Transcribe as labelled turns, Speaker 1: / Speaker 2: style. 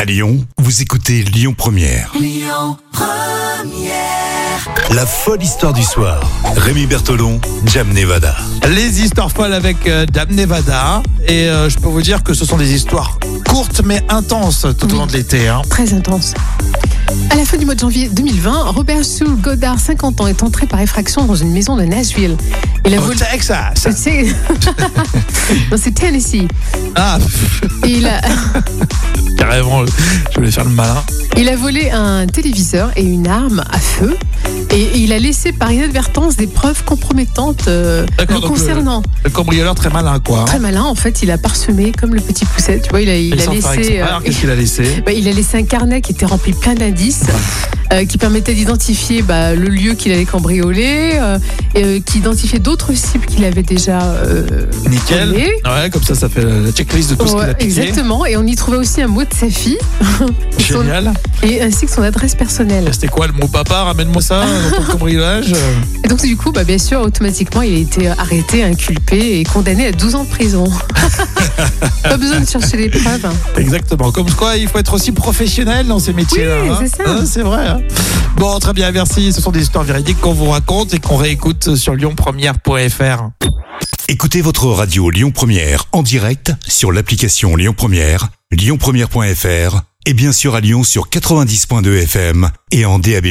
Speaker 1: À Lyon, vous écoutez Lyon Première. Lyon Première. La folle histoire du soir. Rémi Bertolon, Jam Nevada.
Speaker 2: Les histoires folles avec euh, Dame Nevada. Et euh, je peux vous dire que ce sont des histoires courtes mais intenses tout au long de l'été. hein.
Speaker 3: très intense. À la fin du mois de janvier 2020, Robert Sue Goddard, 50 ans, est entré par effraction dans une maison de Nashville. Il a
Speaker 2: Au
Speaker 3: volé.
Speaker 2: Texas.
Speaker 3: C'est Non, c'est Tennessee.
Speaker 2: Ah, pff,
Speaker 3: Et il a,
Speaker 2: carrément, je voulais faire le malin.
Speaker 3: il a volé un téléviseur et une arme à feu. Et il a laissé par inadvertance des preuves compromettantes euh,
Speaker 2: D'accord,
Speaker 3: le
Speaker 2: donc euh, le-
Speaker 3: concernant.
Speaker 2: Le cambrioleur très malin, quoi. hein.
Speaker 3: Très malin, en fait, il a parsemé comme le petit pousset. Tu vois, il a, il
Speaker 2: Et
Speaker 3: a
Speaker 2: sans faire
Speaker 3: laissé.
Speaker 2: exprès,
Speaker 3: euh,
Speaker 2: alors, Qu'est-ce qu'il a laissé
Speaker 3: Ouais, il a laissé un carnet qui était rempli plein d'indices. euh, qui permettait d'identifier bah, le lieu qu'il allait cambrioler, euh, et, euh, qui identifiait d'autres cibles qu'il avait déjà. euh,
Speaker 2: Nickel.
Speaker 3: volé.
Speaker 2: Ouais, comme ça, ça fait la checklist de tout ce qu'il a
Speaker 3: Ouais,
Speaker 2: piqué.
Speaker 3: exactement, et on y trouvait aussi un mot de sa fille, son-
Speaker 2: Génial.
Speaker 3: et ainsi que son adresse personnelle.
Speaker 2: C'était quoi le mot papa Ramène-moi ça dans ton cambriolage.
Speaker 3: Et donc du coup, bah, bien sûr, automatiquement, il a été arrêté, inculpé et condamné à 12 ans de prison. Pas besoin de chercher les preuves.
Speaker 2: Exactement. Comme quoi, il faut être aussi professionnel dans ces métiers-là.
Speaker 3: Oui,
Speaker 2: hein.
Speaker 3: c'est ça.
Speaker 2: Hein, c'est vrai. hein. Bon, très bien, merci. Ce sont des histoires véridiques qu'on vous raconte et qu'on réécoute sur lyonpremière.fr.
Speaker 1: Écoutez votre radio Lyon Première en direct sur l'application Lyon Première, lyonpremière.fr et bien sûr à Lyon sur 90.2 FM et en DAB+.